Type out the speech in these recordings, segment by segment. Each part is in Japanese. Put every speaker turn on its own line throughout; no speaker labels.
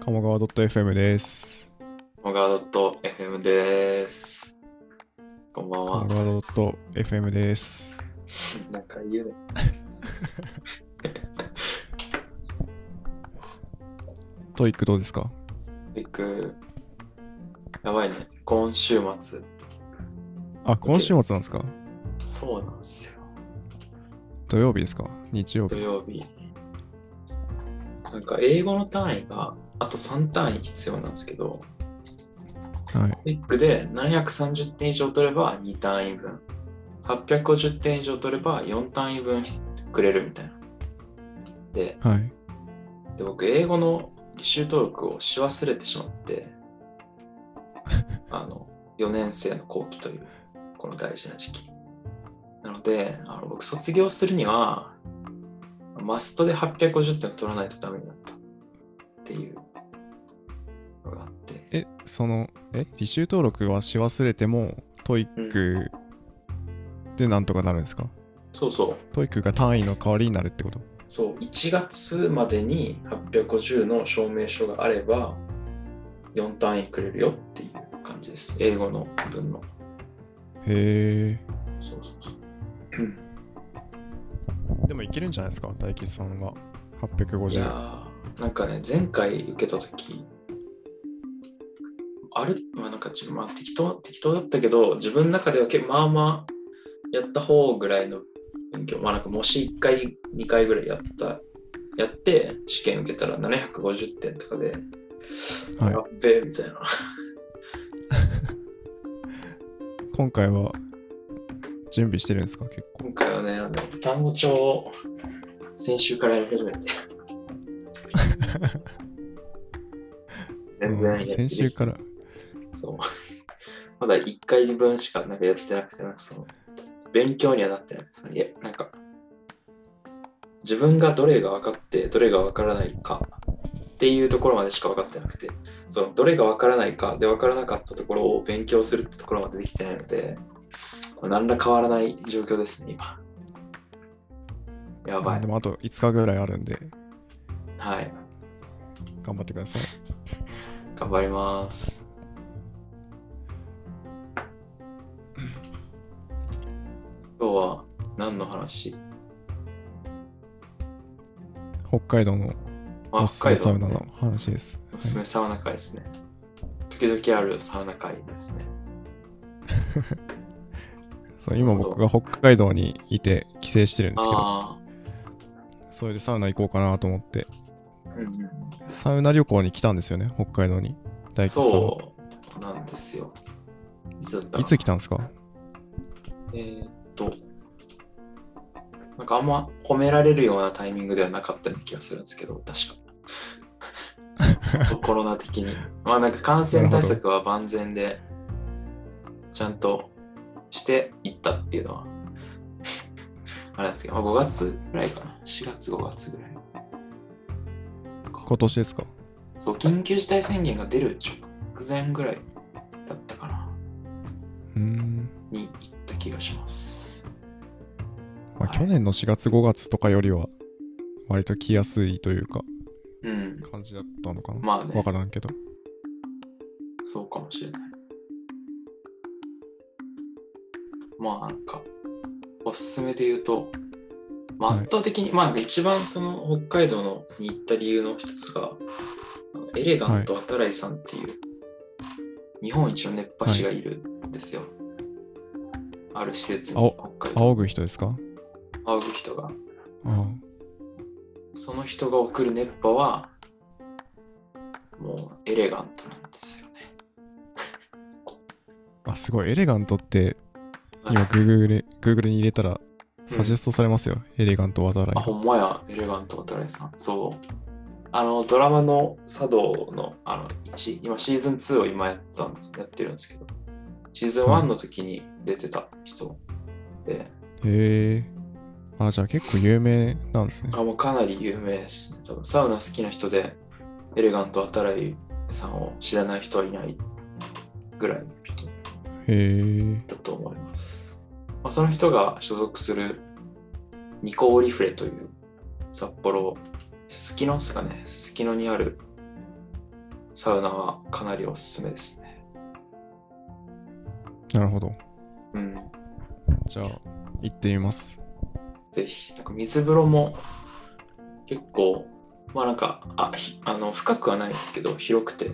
鴨川 .fm です。
モガード .fm です。こんばん
鴨
は。
川 .fm です。
なんか言うね。
トイックどうですか
行く。やばいね。今週末。
あ、今週末なんですか
そうなんですよ。
土曜日ですか日曜
土
日。
曜日。なんか英語の単位があと3単位必要なんですけど、
はい。
トイックで730点以上取れば2単位分、850点以上取れば4単位分くれるみたいな。で、
はい。
で僕英語の履修登録をし忘れてしまってあの4年生の後期というこの大事な時期なのであの僕卒業するにはマストで850点取らないとダメになったっていうのがあって
え、その、え、履修登録はし忘れても、トイックでなんとかなるんですか、
そうそう
トイックが単位の代わりになるってこと
そう1月までに850の証明書があれば4単位くれるよっていう感じです英語の分の
へ
そうそうそううん
え。でもいけるんじゃないですか大吉さんは。
い
850。
やーなんかね前回受けた時あるまあなんかちょまあ適当適当だったけど自分の中ではけまあまあやった方ぐらいの勉強まあなんかもし1回2回ぐらいやったやって試験受けたら750点とかで、
はい
やっべえみたいな
今回は準備してるんですか結構。
今回はねあの単語帳を先週からやり始めて 全然や
う
っ
ん
て
先週
できて
から。
そう。 まだ1回分しかなんかやってなくて、なんかその、勉強にはなってない。そのいや、なんか、自分がどれが分かって、どれが分からないかっていうところまでしか分かってなくて、その、どれが分からないかで分からなかったところを勉強するってところまでできてないので、まあ何ら変わらない状況ですね、今。やば
まあ
い
で。もあと5日ぐらいあるんで、
はい。
頑張ってください。
頑張ります。今日は何の話
北海道の
あ
おすすめサウナ
北海道
の話です。
おすすめサウナ会ですね。時々あるサウナ会ですね。
そう今僕が北海道にいて帰省してるんですけど、
あ
それでサウナ行こうかなと思って、
あ、うんうん
サウナ旅行に来たんですよね、北海道に。大吉さんは。
そうなんですよ。いつだったか
い
な
つ来たんですか
えーっと、なんかあんま褒められるようなタイミングではなかったような気がするんですけど、確か。コロナ的に。まあなんか感染対策は万全で、ちゃんとしていったっていうのは、あれなんですけど、まあ、5月ぐらいかな。4月、5月ぐらい。
今年ですか
そう、緊急事態宣言が出る直前ぐらいだったかな。
うーん。
に行った気がします。
まあ、
はい
去年の4月5月とかよりは、割と来やすいというか、
うん、
感じだったのかな。
まあね
わからんけど。
そうかもしれない。まあなんか、おすすめで言うと、まあ
はい
圧倒的に、まあなんか一番その北海道のに行った理由の一つが、あのエレガント働いさんっていう、日本一の熱波師がいるんですよ。ある施設に北海道
仰ぐ人ですか
仰ぐ人が。
あ
その人が送る熱波は、もうエレガントなんですよね。
あ。あ、すごい。エレガントって、今 Google で、Google に入れたら、サジェストされますよ。エレガント渡来
あ、ほんまや、エレガント渡さん。そう。あの、ドラマの茶道のあの1、今シーズン2を今やったんですやってるんですけど、シーズン1の時に出てた人で、
へえ。あ、じゃあ結構有名なんですね。
あ、もうかなり有名ですね。多分サウナ好きな人で、エレガント渡さんを知らない人はいないぐらいの人
へえ。
だと思います。まあ、その人が所属するニコオリフレという札幌、すすきのですかね、すすきのにあるサウナはかなりおすすめですね。
なるほど。
うん。
じゃあ、行ってみます。
ぜひ、なんか水風呂も結構、まあなんか、あひあの深くはないですけど、広くて。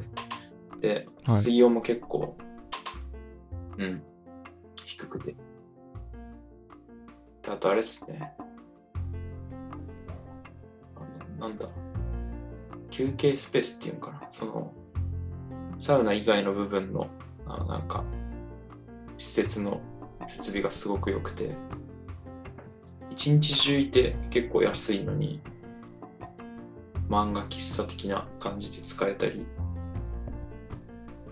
で、
はい
水温も結構、うん、低くて。であとあれですね。あの、なんだ。休憩スペースっていうんかな。その、サウナ以外の部分の、あのなんか、施設の設備がすごく良くて、一日中いて結構安いのに、漫画喫茶的な感じで使えたり、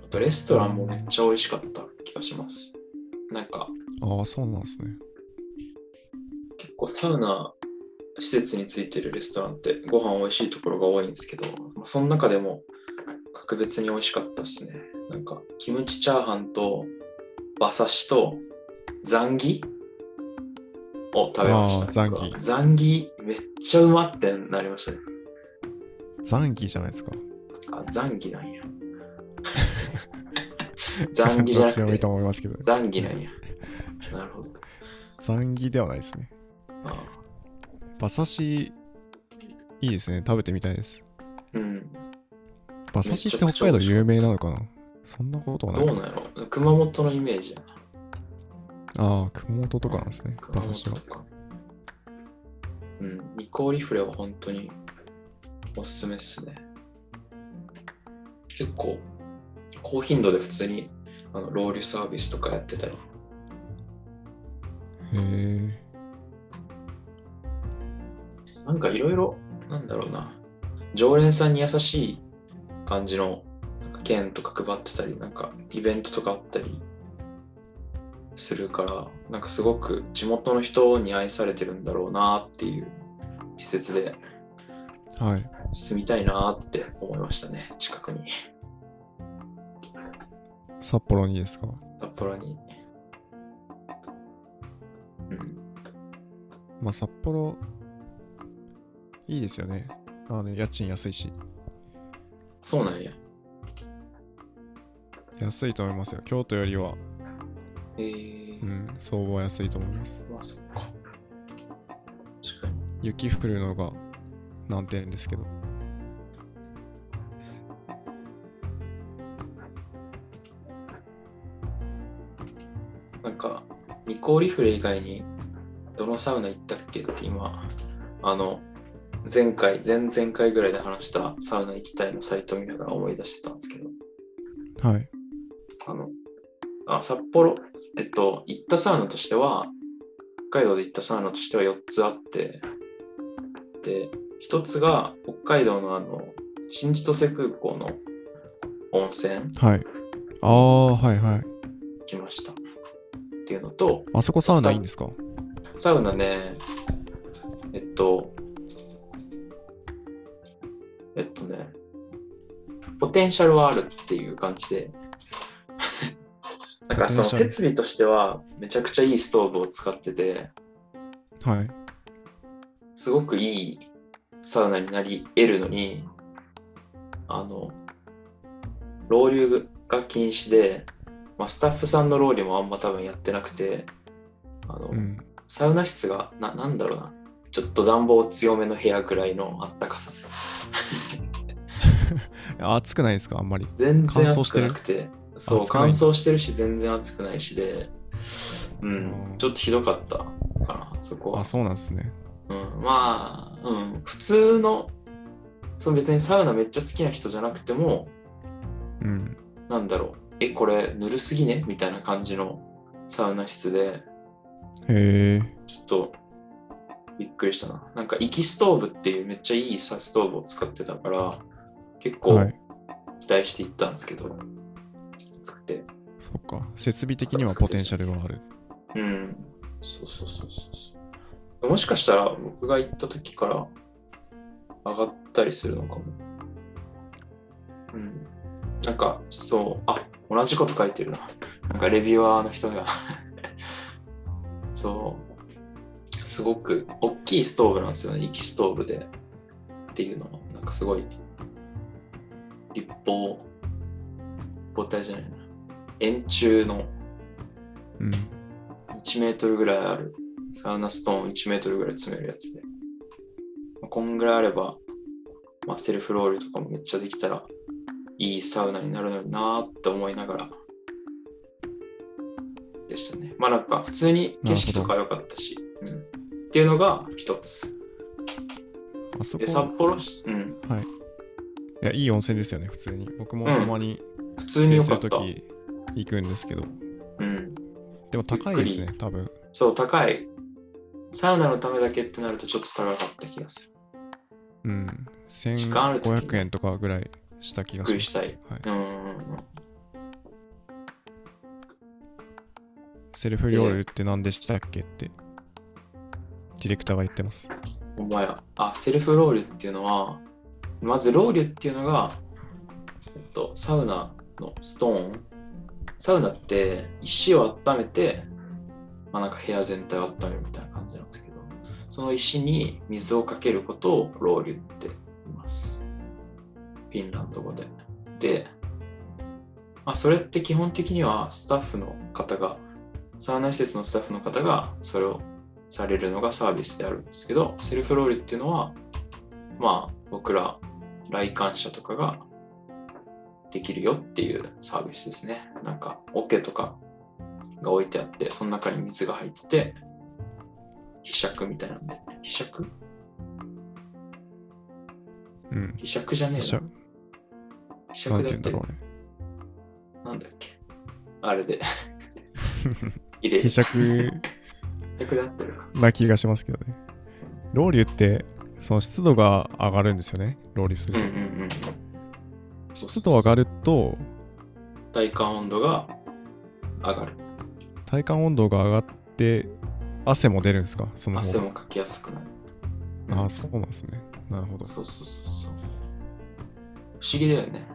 あとレストランもめっちゃ美味しかった気がします。なんか、
ああ、そうなんですね。
結構サウナ施設についてるレストランってご飯美味しいところが多いんですけど、まあ、その中でも格別に美味しかったですねなんかキムチチャーハンと馬刺しとザンギを食べまし
あー
た
ザンギ
僕はザンギめっちゃうまってなりましたね
ザンギじゃないですか。
あザンギな んやザンギじゃな
どっちで
く
もいい
て
と思いますけど。
ザンギなんやなるほど
ザンギではないですね。
あ
馬刺し、いいですね。食べてみたいです。
ーうん
馬刺しって北海道有名なのかなそんなことはな
ど
いうか
なの熊本のイメージやな
ああ、熊本とかなんですね。馬刺しは。
うん、ニコーリフレは本当におすすめっすね。結構、高頻度で普通にあのロウリュサービスとかやってたり、
へえ。
なんかいろいろ、なんだろうな、常連さんに優しい感じのなんか券とか配ってたり、なんかイベントとかあったりするから、なんかすごく地元の人に愛されてるんだろうなっていう施設で
はい。
住みたいなーって思いましたね、近くに。
札幌にですか
札幌に。うん、
まあ札幌、いいですよね。あの家賃安いし。
そうなんや。
安いと思いますよ。京都よりは、
えー
うん、相場安いと思います。
まあそっか。確かに。
雪降るのが難点ですけど。
なんか、ニコーリフレ以外に、どのサウナ行ったっけって今、あの、前回、前々回ぐらいで話したサウナ行きたいのサイト見ながら思い出してたんですけど、
はい。
あの、あ札幌、えっと、行ったサウナとしては、北海道で行ったサウナとしては4つあって、で、1つが北海道のあの、新千歳空港の温泉
はい。ああ、はいはい。
来ました。っていうのと、
あそこサウナいいんですか
サウナね、えっと、えっとね、ポテンシャルはあるっていう感じ で、なんか
ポテ
その
ンシャル
設備としてはめちゃくちゃいいストーブを使ってて、
はい。
すごくいいサウナになり得るのに、あの、ロウリュが禁止で、まあ、スタッフさんのロウリュもあんま多分やってなくて、あの、
うん。
サウナ室がななんだろうなちょっと暖房強めの部屋ぐらいのあったかさ
暑くないですかあんまり。
全然
乾燥
暑
して
く
る
なくてそう
暑くない
乾燥してるし全然暑くないしで
う
う
ん
んちょっとひどかったかなそこは
あ、そうなんですね。
うん、まあ、うん、普通のその別にサウナめっちゃ好きな人じゃなくても
うん。
なんだろうえこれぬるすぎねみたいな感じのサウナ室で
へえ。
ちょっとびっくりしたな。なんか、息ストーブっていうめっちゃいいさストーブを使ってたから、結
は
構
い。
期待していったんですけど、作って。
そっか。設備的にはポテンシャルはある。
うん。そうそうそうそうそう。もしかしたら僕が行った時から上がったりするのかも。うん。なんか、そう、あ同じこと書いてるな。なんかレビュアーの人が。そう。すごく大きいストーブなんですよね。息ストーブで。っていうのは、なんかすごい立方、立方体じゃないな。円柱の
うん。
1メートルぐらいある。サウナストーン1メートルぐらい詰めるやつで。まあこんぐらいあれば、まあ、セルフロールとかもめっちゃできたら、いいサウナになるのになーって思いながら、でしたね。まあなんか、普通に景色とか良かったし、うん、っていうのが一つ。
あそこ
で、札幌市、うん、
いや、いい温泉ですよね、普通に。僕も
うん
たまに
普通に
先
良
生
か
の
った。
時行くんですけど、
うん。
でも高いですね、多分。
そう、高い。サウナのためだけってなるとちょっと高かった気がする。
うん。
時間ある時に
1500円とかぐらいした気
び
が
っ
し
く
ま
り
す
し。たい。
はい
うんうんうん。
セルフ料理って何でしたっけって、ディレクターが言ってます。
お前は。あ、セルフロールっていうのは、まずロールっていうのが、えっと、サウナのストーン。サウナって石を温めて、まあ、なんか部屋全体を温めるみたいな感じなんですけど、その石に水をかけることをロールって言います。フィンランド語で。で、まあ、それって基本的にはスタッフの方が、サウナ施設のスタッフの方がそれをされるのがサービスであるんですけど、セルフロールっていうのは、まあ、僕ら来館者とかができるよっていうサービスですね。なんか、桶とかが置いてあって、その中に水が入ってて、ひしゃくみたいなんで、ひしゃく
うん。
ひしゃくじゃねえ
じゃ
な。ひしゃ
なん
く
て
だ
言うん
った
だ
り
ろ、うね。
なんだっけ。あれで入れる。
ひ
ひし
しゃく
ゃくだったりとか
な気がしますけどね。ロウリュって、その湿度が上がるんですよね、ロウリュす
うん
る
う
と。
んうん。
湿度上がると、
体感温度が上がる。
体感温度が上がって、汗も出るんですかその方
汗
が。
もかきやすくなる。
ああ、そうなんですね。なるほど。
そうそうそうそう。不思議だよね。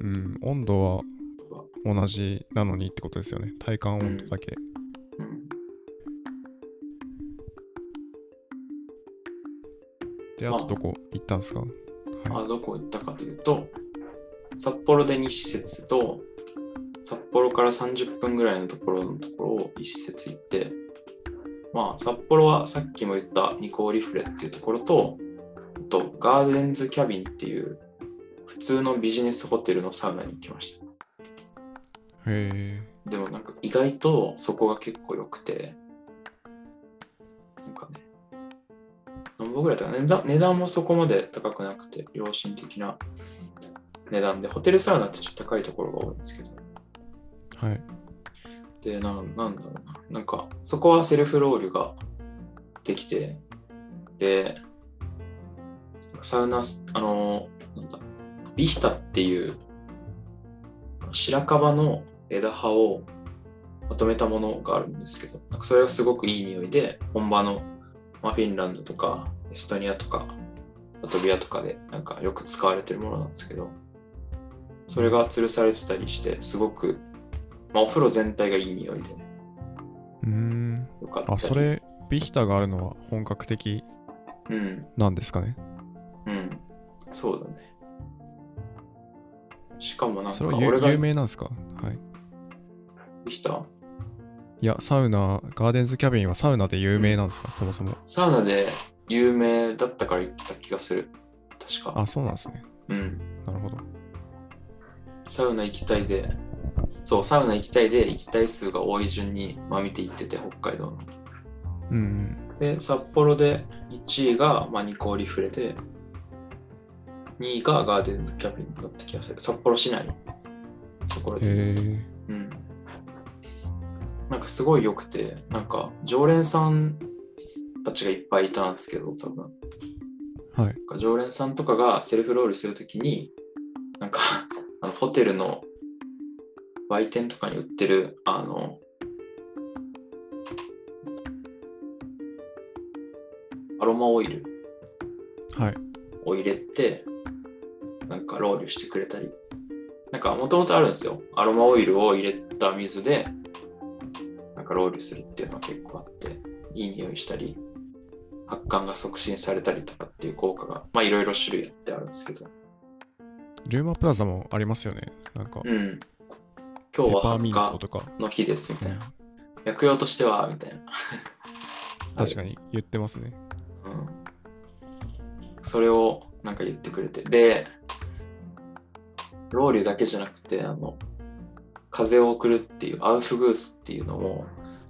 うん、温度は
とか
同じなのにってことですよね。体感温度だけ。
うん。
で、あ
まあ
とどこ行ったんですか
ま
は
あ、どこ行ったかというと、札幌で2施設と、札幌から30分ぐらいのところのところを1施設行って、まあ、札幌はさっきも言ったニコーリフレっていうところと、あとガーデンズキャビンっていう普通のビジネスホテルのサウナに行きました。
い。へ
でもなんか意外とそこが結構良くて、なんかね、何本ぐらいだったかな値段値段もそこまで高くなくて、良心的な値段で、ホテルサウナってちょっと高いところが多いんですけど、
え。はい。
で、ななんだろうな、なんかそこはセルフロールができて、で、サウナス、あの、なんだ、ビヒタっていう白樺の枝葉をまとめたものがあるんですけど、なんかそれがすごくいい匂いで、本場の、まあ、フィンランドとかエストニアとかラトビアとかでなんかよく使われてるものなんですけど、それが吊るされてたりして、すごく、まあ、お風呂全体がいい匂いで
うーん。
よかったり
あ、それ、ビヒタがあるのは本格的
うん、
なんですかね。
うん、そうだね。しかもなん
そ
か
れは
俺
有
が
有名なんですかはい。
できた
いや、サウナ、ガーデンズキャビンはサウナで有名なんですか、そもそも。
サウナで有名だったから行った気がする。確か。
あ、そうなんですね。
うん。
なるほど。
サウナ行きたいで、そう、サウナ行きたいで行きたい数が多い順に、まあ、見ていってて、北海道の。
うん
で、札幌で1位が、まあ、ニコーリフレで、2位がガーデンズキャビンだった気がする。札幌市内のところ
うん。
で。
へえ。
うん。なんかすごい良くて、なんか常連さんたちがいっぱいいたんですけど、多分。
はい。
なんか常連さんとかがセルフロールするときに、なんか あのホテルの売店とかに売ってる、あの、アロマオイル
はい。
を入れて、なんかロウリュしてくれたり、なんかもともとあるんですよ。アロマオイルを入れた水で、なんかロウリュするっていうのは結構あって、いい匂いしたり、発汗が促進されたりとかっていう効果が、まあいろいろ種類あってあるんですけど。
リューマプラザもありますよね。なんか、
うん。
ペ
今日は
パーミント
発
とか、
汗の日ですみたい
うん
な。薬用としては、みたいな。
確かに言ってますね。
うんそれをなんか言ってくれてでロウリュだけじゃなくてあの風を送るっていうアウフグースっていうのも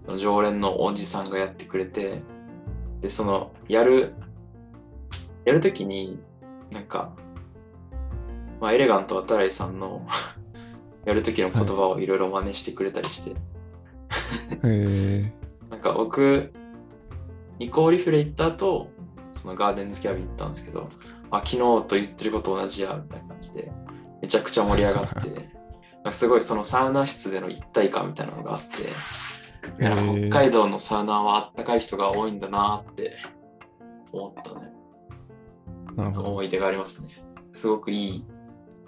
その常連のおじさんがやってくれてでそのやるやるときになんか、まあ、エレガント渡来さんの やるときの言葉をいろいろ真似してくれたりして、
へ
なんか僕、ニコーリフレ行った後、そのガーデンズキャビン行ったんですけど、あ、昨日と言ってること同じや、みたいな感じで、めちゃくちゃ盛り上がって、なんかすごいそのサウナ室での一体感みたいなのがあって、
え。
なんか
へえ
北海道のサウナーはあったかい人が多いんだなって思ったね。
なるほど。
思い出がありますね。すごくいい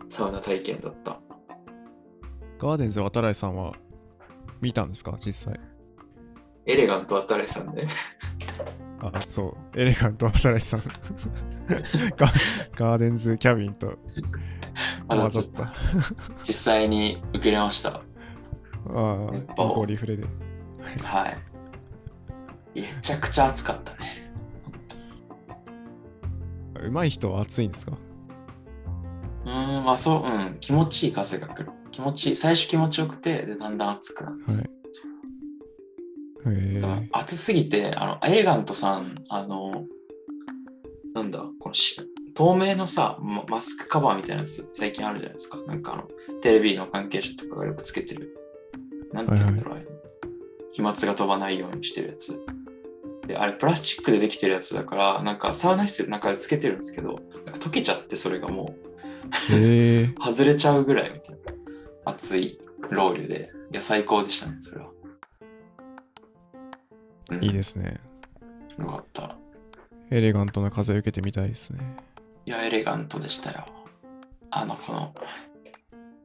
サウナ体験だった。
ガーデンズ渡来さんは見たんですか実際。
エレガント渡来さんで、
あ、そう。エレガント渡来 さん。ガガーデンズキャビンと
あの
混ざ
実
った。あ
際に受けれまし
あ、
た。やっ
ニ
ぱ
コリフレで。
はい。めちゃくちゃ暑かったね。
うまい人は熱いんですか
うーん、まあそう、うん、気持ちいい風が来る。気持ちいい、最初気持ちよくて、で、だんだん暑くなる。
はい。へ
だから
え。
暑すぎて、あの、エレガントさん、あの、なんだ、このし透明のさ、ママスクカバーみたいなやつ、最近あるじゃないですか。なんかあの、テレビの関係者とかがよくつけてる。なんて言うんだろう、あれ飛沫が飛ばないようにしてるやつ。で、あれ、プラスチックでできてるやつだから、なんかサウナ室の中でつけてるんですけど、なんか溶けちゃって、それがもう。
へえ。
外れちゃうぐらいみたいな熱いロウリュでいや最高でしたねそれは、うん
いいですね。
よかった
エレガントな風を受けてみたいですね。
いやエレガントでしたよあのこの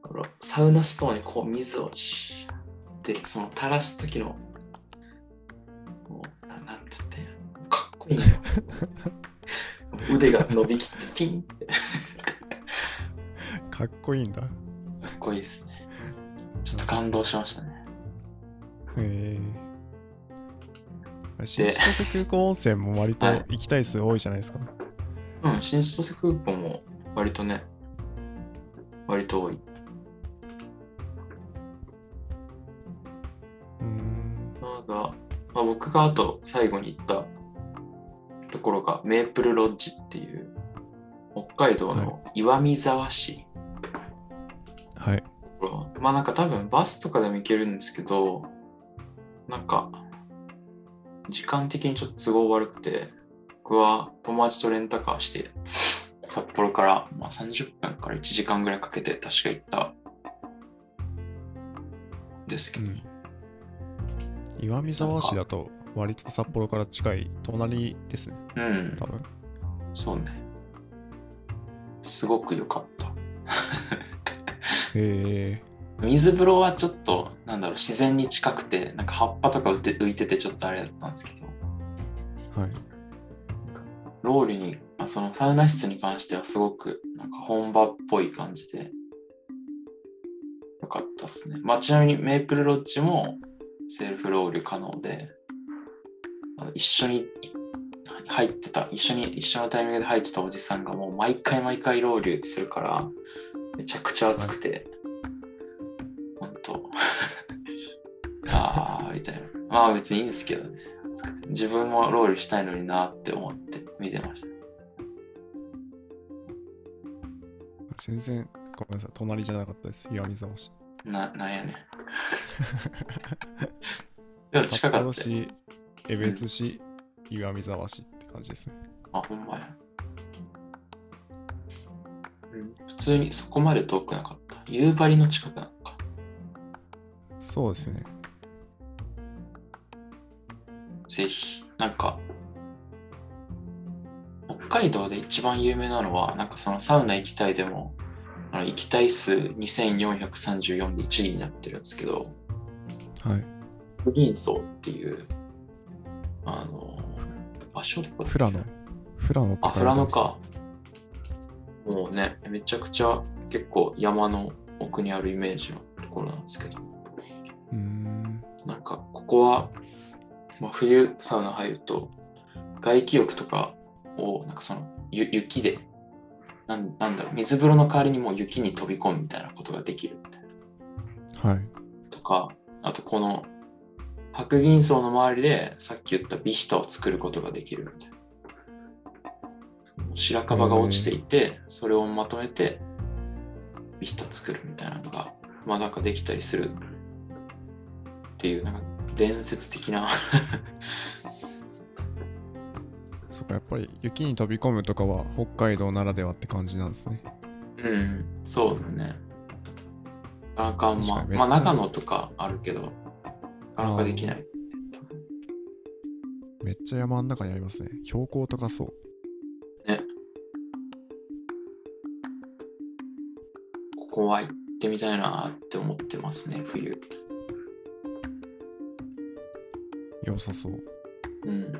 このサウナストーンにこう水をシーってその垂らす時のもうななんつってかっこいい ね腕が伸びきってピンってか
かっこいいんだ。
っこいいですねちょっと感動しましたね
へえ。新千歳空港温泉も割と
はい
行きたい数多いじゃないですか。
うん、新千歳空港も割とね、割と多い。
うーん。
ただ、まあ、僕があと最後に行ったところがメープルロッジっていう北海道の岩見沢市、
はい。
まあなんか多分バスとかでも行けるんですけど、なんか時間的にちょっと都合悪くて、僕は友達とレンタカーして札幌から、まあ、30分から1時間ぐらいかけて確か行ったんですけ
う
ど、
ん。岩見沢市だと割と札幌から近い隣ですね。
うん
多、分。
そうね。すごく良かった。
へえ。
水風呂はちょっと、なんだろう、自然に近くて、なんか葉っぱとか浮いて浮いててちょっとあれだったんですけど、
はい。
ロウリュに、まあ、そのサウナ室に関してはすごく、なんか本場っぽい感じで、良かったですね。まあ、ちなみにメープルロッジもセルフロウリュ可能で、あの一緒にい入ってた、一緒に、一緒のタイミングで入ってたおじさんがもう毎回毎回ロウリュするから、めちゃくちゃ暑くて、ほんと、 ああ、みたいな。まあ別にいいんですけどね。暑くて自分もロウリュしたいのになって思って見てました。
全然、ごめんなさい。隣じゃなかったです。岩見沢市。
な、なんやねん。でも近かった
札
よ。
幌市、江別市、岩見沢市って感じですね。
あ、ほんまや。うん普通にそこまで遠くなかった。夕張の近くなのか。
そうですね。
ぜひ、なんか、北海道で一番有名なのは、なんかそのサウナ行きたいでも、あの行きたい数2434で1位になってるんですけど、
はい。
グリーンソーっていう、あの、場所とか
フラノ。フラノって
あ、
書いて
フラノ
ます
か。もうね、めちゃくちゃ結構山の奥にあるイメージのところなんですけど、
うーん。
なんかここは、まあ、冬サウナ入ると外気浴とかをなんかそのゆ雪でなんなんだろう水風呂の代わりにもう雪に飛び込むみたいなことができるみたいな
はい。
とかあとこの白銀層の周りでさっき言ったビヒタを作ることができるみたいな白樺が落ちていてそれをまとめてビヒタ作るみたいなのがまあなんかできたりするっていうなんか伝説的な
そっか、やっぱり雪に飛び込むとかは北海道ならではって感じなんですね。
うんそうだねなかな
確
か
か
あ
に
ん
め
ま
っ
まあ
ちゃ
長野とかあるけどなかなかできない
めっちゃ山の中にありますね。標高高そう。
ここは行ってみたいなって思ってますね冬
良さそう。
うん。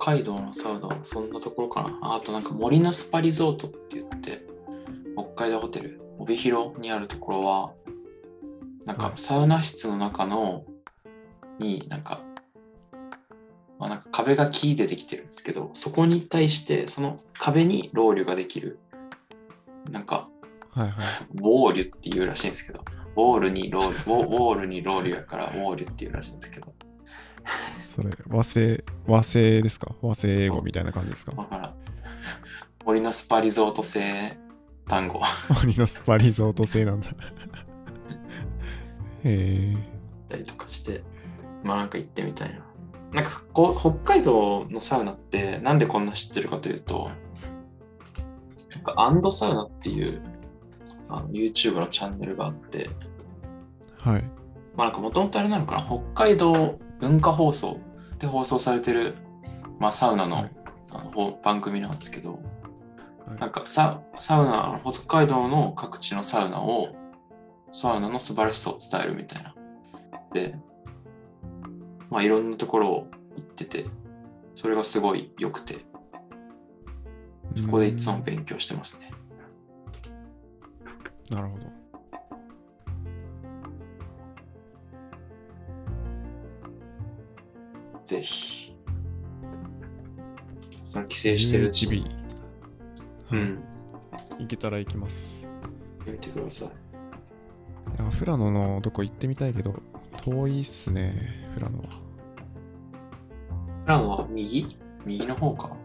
北海道のサウナはそんなところかな。ああとなんか森のスパリゾートって言って、北海道ホテル、帯広にあるところは、なん
は
か
い
サウナ室の中の、になんか、まあ、なんか壁が木でできてるんですけど、そこに対して、その壁にロウリュができる、なんか
はいはい。
ウォーリュっていうらしいんですけど、ウォールにロール、ウォウォールにロールやからウォーリュっていうらしいんですけど、
それ、和製、和製ですか和製英語みたいな感じですか
だからん、森のスパリゾート製単語。
森のスパリゾート製 なんだ。へえ。
ったりとかして、まあなんか行ってみたいな。なんかこう北海道のサウナってなんでこんな知ってるかというと、なんかアンドサウナっていうあの YouTube のチャンネルがあって、
はい。
まあなんかもともとあれなのかな、北海道文化放送で放送されてる、まあ、サウナの,、
はい
あのほ番組なんですけど、
はい
なんかササウナ、北海道の各地のサウナを、サウナの素晴らしさを伝えるみたいな。で、まあいろんなところを行ってて、それがすごい良くて、そこでいつも勉強してますね。
なるほど。
ぜひ。その帰省してるうちに
UHB
うん、
行けたら行きます。
見てください。
いや、フラノのどこ行ってみたいけど、遠いっすね、フラノは。
プランは右右の方か。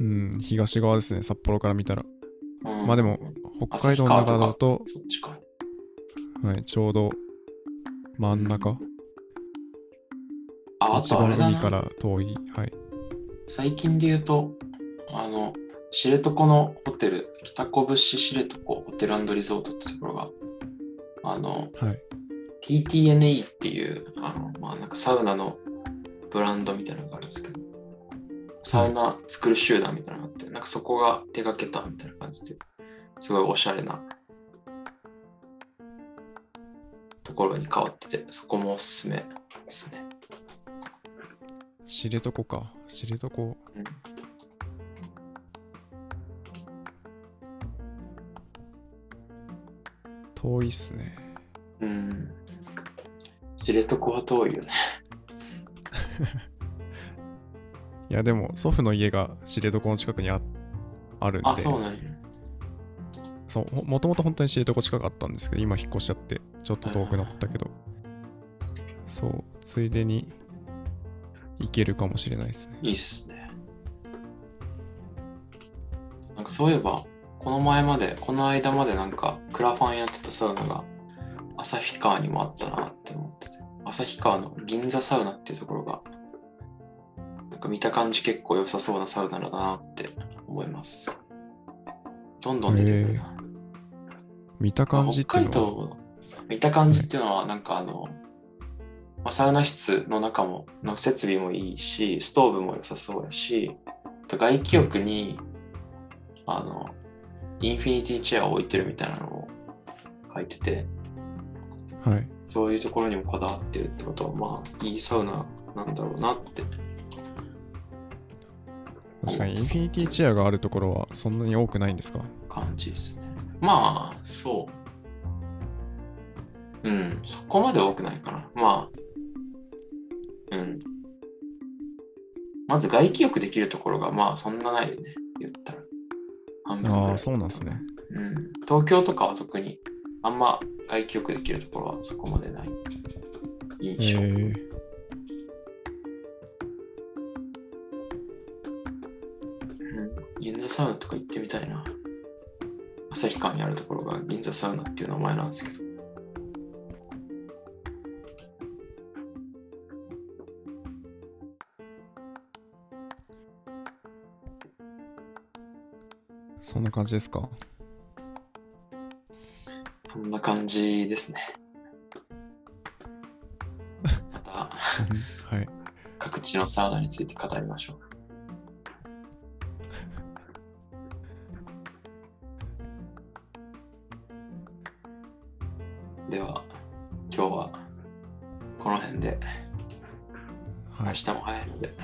うん、東側ですね、札幌から見たら。
うん
まあでも、北海道の中だと、
そっちか。
はい、ちょうど真ん中、
あ、あ
一
とあ
番
れだ
海か
な。
ら遠い。はい。
最近で言うと、あの、知床のホテル、北拳知床ホテルリゾートってところが、あの、
はい。
TTNE っていう、あの、まあなんかサウナのブランドみたいなのがあるんですけど、サウナ作る集団みたいなのがあって、なんかそこが手掛けたみたいな感じで、すごいおしゃれなところに変わってて、そこもおすすめですね。
知床か。知床。
うん
遠いっすね。
うん。知床は遠いよね。
いや、でも、祖父の家が知床の近くにああるんで、
あ、そうなんや。
そうほもともと本当に知床近かったんですけど今引っ越しちゃってちょっと遠くなったけどそうついでに行けるかもしれないですね
いいっすね。なんかそういえば、この前まで、この間までなんか、クラファンやってたサウナが、旭川にもあったなって思ってて、旭川の銀座サウナっていうところが、なんか見た感じ結構良さそうなサウナだなって思います。どんどん出てくるな。
見た感じって
北
いう
海
のは
道見た感じっていうのはなんかあの、まあ、サウナ室の中もの設備もいいしストーブも良さそうやしあと外気浴にあのインフィニティチェアを置いてるみたいなのを書いてて
はい
そういうところにもこだわってるってことは、まあ、いいサウナなんだろうなって。
確かに、インフィニティチェアがあるところはそんなに多くないんですか
感じですね。まあ、そう。うん、そこまで多くないかな。まあ、うん。まず外気浴できるところが、まあ、そんなないよね、言ったら。半分ぐらい
ああ、そうなんですね。
うん。東京とかは特に、あんま外気浴できるところはそこまでない
え
印象。
ー
うん銀座サウナとか行ってみたいな。旭川にあるところが銀座サウナっていう名前なんですけど。
そんな感じ ですか
そんな感じですね。また
はい。
各地のサウナについて語りましょう。では、今日はこの辺で、
は
明
い。
日も早いので、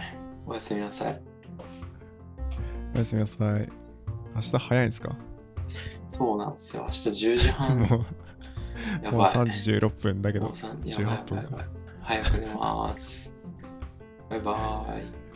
おやすみなさい。
おやすみなさい。明日早いんですか
そうなんですよ。明日10時 半。
も
や
うもう
ばい。
3時16分だけ
も
ど
う。さん
18
やばいやばいやばい早く寝ます。バイバイ。